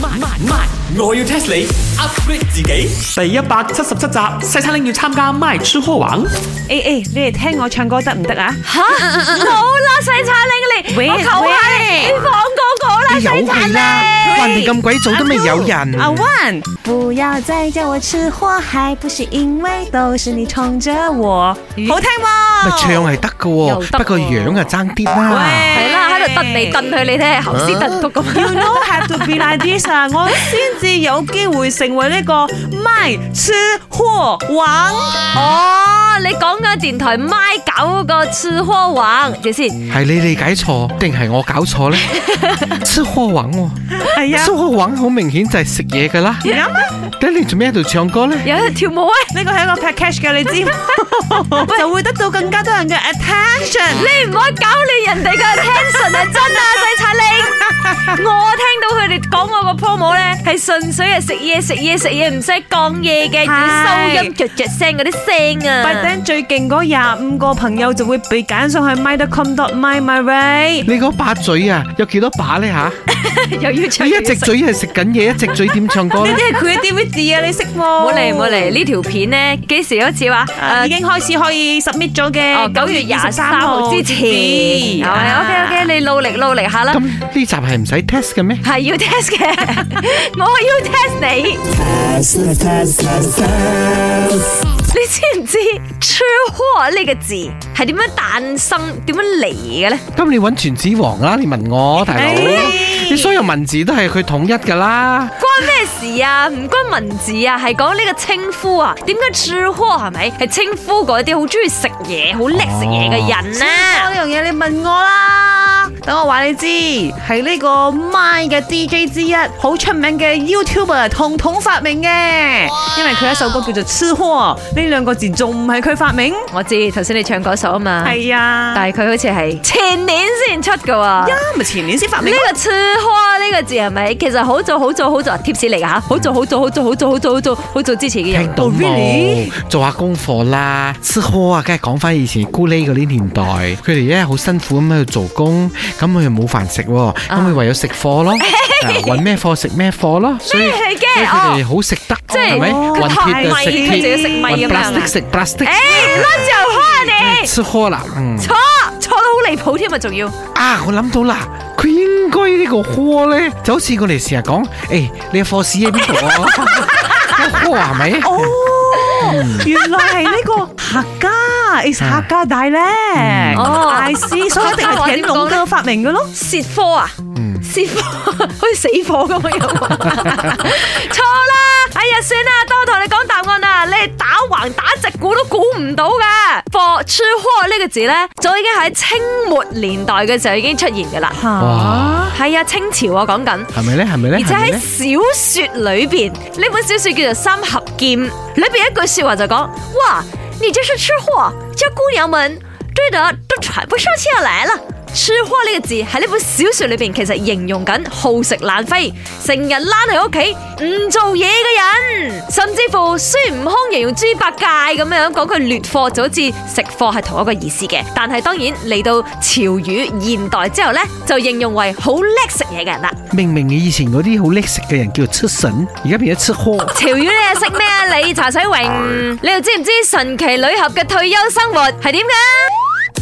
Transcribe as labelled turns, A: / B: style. A: 慢慢慢，我要 test 你 upgrade 自己。第一百七十七集，西餐拎要參加 My 吃貨王。
B: 誒誒，你嚟聽我唱歌得唔得啊？
C: 吓，冇啦，西餐拎
B: 喂
C: 你，我求下你，
B: 喂
C: 你放過我啦，
D: 有
C: 西餐
D: 佢啦，
C: 拎。
D: 話人哋咁鬼早都未有人。
B: 阿 One，
E: 不要再叫我吃货，还不是因为都是你宠着我。
B: 好聽喎。
D: 咪唱係得嘅
C: 又
D: 喎，
C: 得
D: 不過
C: 喎
D: 樣啊爭啲啦。
C: 係啦，喺度蹬嚟蹬去，你睇下，侯斯蹬谷咁
B: You know have to be like this 啊！我先至有機會成為呢個賣吃貨王。
C: 哦，你講緊電台咪搞嗰個吃貨王，你先。
D: 係你理解錯定係我搞錯呢？吃貨王喎，
B: 係啊
D: 吃，貨王好明顯就係食嘢㗎啦。
B: 啱啊！
D: 咁你做咩喺度唱歌呢？
C: 有人跳舞啊！
B: 呢個係一個 package 嘅，你知嗎就會得到更加多人嘅 attention。
C: 你唔好搞亂人哋嘅 attention 啊！真啊，西擦你，我聽到佢哋講我個 promo 咧，係純粹係食嘢食嘢食嘢，唔使講嘢嘅，
B: 係
C: 要收音着着聲嗰啲聲
B: 拜
C: 啊！
B: 登最勁嗰廿五個朋友就會被揀上去 my.com.my.my.way。
D: 你嗰把嘴啊，有幾多把呢？吓？
C: 又要唱
D: 你
C: 又
D: 一
C: 要
D: 隻
C: 食。
D: 嘴係食緊嘢，一隻嘴點唱歌
B: 呢
D: 呢？
B: 啲係佢嘅 DVD 啊，你識冇？
C: 唔好
B: 冇
C: 嚟唔好嚟，呢條片咧幾時開始話？
B: 啊，已
C: 誒
B: 經開始可以 submit 咗
C: 哦
B: 嘅，，
C: 九月廿三號之前，啊係咪？OK OK，你努力努力下啦
D: 咁，呢集係唔使 test 嘅咩？
C: 係要 test 嘅， 我要 test 你。你知唔知“吃貨”呢個字係點樣誕生、點樣嚟嘅咧？
D: 咁你揾全子王啦，你問我大佬
B: 哎，
D: 你所有文字都係佢統一㗎啦。
C: 關咩事啊？唔關文字啊，係講呢個稱呼啊。點解吃貨係咪？係稱呼嗰啲好中意食嘢、好叻食嘢嘅人
B: 呢
C: 啊。
B: 樣嘢你問我啦，等我話你知，係呢個 My 嘅 DJ 之一，好出名嘅 YouTuber 彤彤發明嘅，因為佢一首歌叫做《吃貨》，呢兩個字仲唔係佢發明？
C: 我哦知頭先你唱嗰首啊嘛，
B: 係啊，
C: 但係佢好似係前年先出㗎喎。
B: 啱咪前年先發
C: 呢
B: 明。
C: 個吃開呢個字係咪？其實好早好早好早貼士嚟㗎吓，好早好早好早好早好早好早好早之前嘅
D: 聽
C: 人。
D: 到
B: 哦，really？
D: 冇？做下功課啦，吃喝啊，梗係講翻以前咕喱嗰啲年代，佢哋咧好辛苦咁喺度做工，咁佢又冇飯食喎，咁佢唯有食貨 咯，啊揾咩貨食咩貨咯，所以
C: 咩嚟嘅
D: 所以佢哋好食得，
C: 即係
D: 係咪？
C: 佢
D: 混鐵就
C: 米，
D: 食
C: 佢就
D: 鐵，
C: 要食米
D: 混
C: 咁樣啊
D: plastic 食 plastic，
C: 誒，甩就開你，
D: 吃喝啦，嗯
C: 錯錯得好離譜添啊，仲要
D: 啊，我諗到啦，佢應該呢個喝咧，就好似我哋成日講，誒，你嘅貨市喺邊度 啊？喝係咪？
B: 哦，原來係呢個客家，is 客家大咧。
C: 哦
B: ，I see，所以一定係田龍哥發明嘅咯。
C: 蝕科啊，蝕科好似死火咁樣。錯啦，哎呀，算啦，當我同你講答案啦，你係打橫打直估都估唔到㗎。貨吃貨呢個字咧，早已經喺清末年代嘅時候已經出現㗎啦。
D: 哇，
C: 係啊，清朝啊，講緊。
D: 係咪咧？係咪咧？
C: 而且
D: 係咪
C: 喺
D: 呢
C: 小說裏邊，呢本小說叫做《三合劍》，裏邊一句說話就講：哇，你真是吃貨，叫姑娘們追得都喘不上氣來了。吃貨呢個字喺呢本小說裏邊，其實形容緊好食懶飛，成日躝喺屋企唔做嘢嘅人，甚至乎孫悟空形容豬八戒咁樣講佢劣貨，就好似食貨係同一個意思嘅。但係當然嚟到潮語現代之後呢，就形容為好叻食嘢嘅人啦。
D: 明明你以前嗰啲好叻食嘅人叫做吃神，而家變咗吃貨。
C: 潮語你又識咩啊？你茶水榮，你又知唔知神奇女俠嘅退休生活係點噶？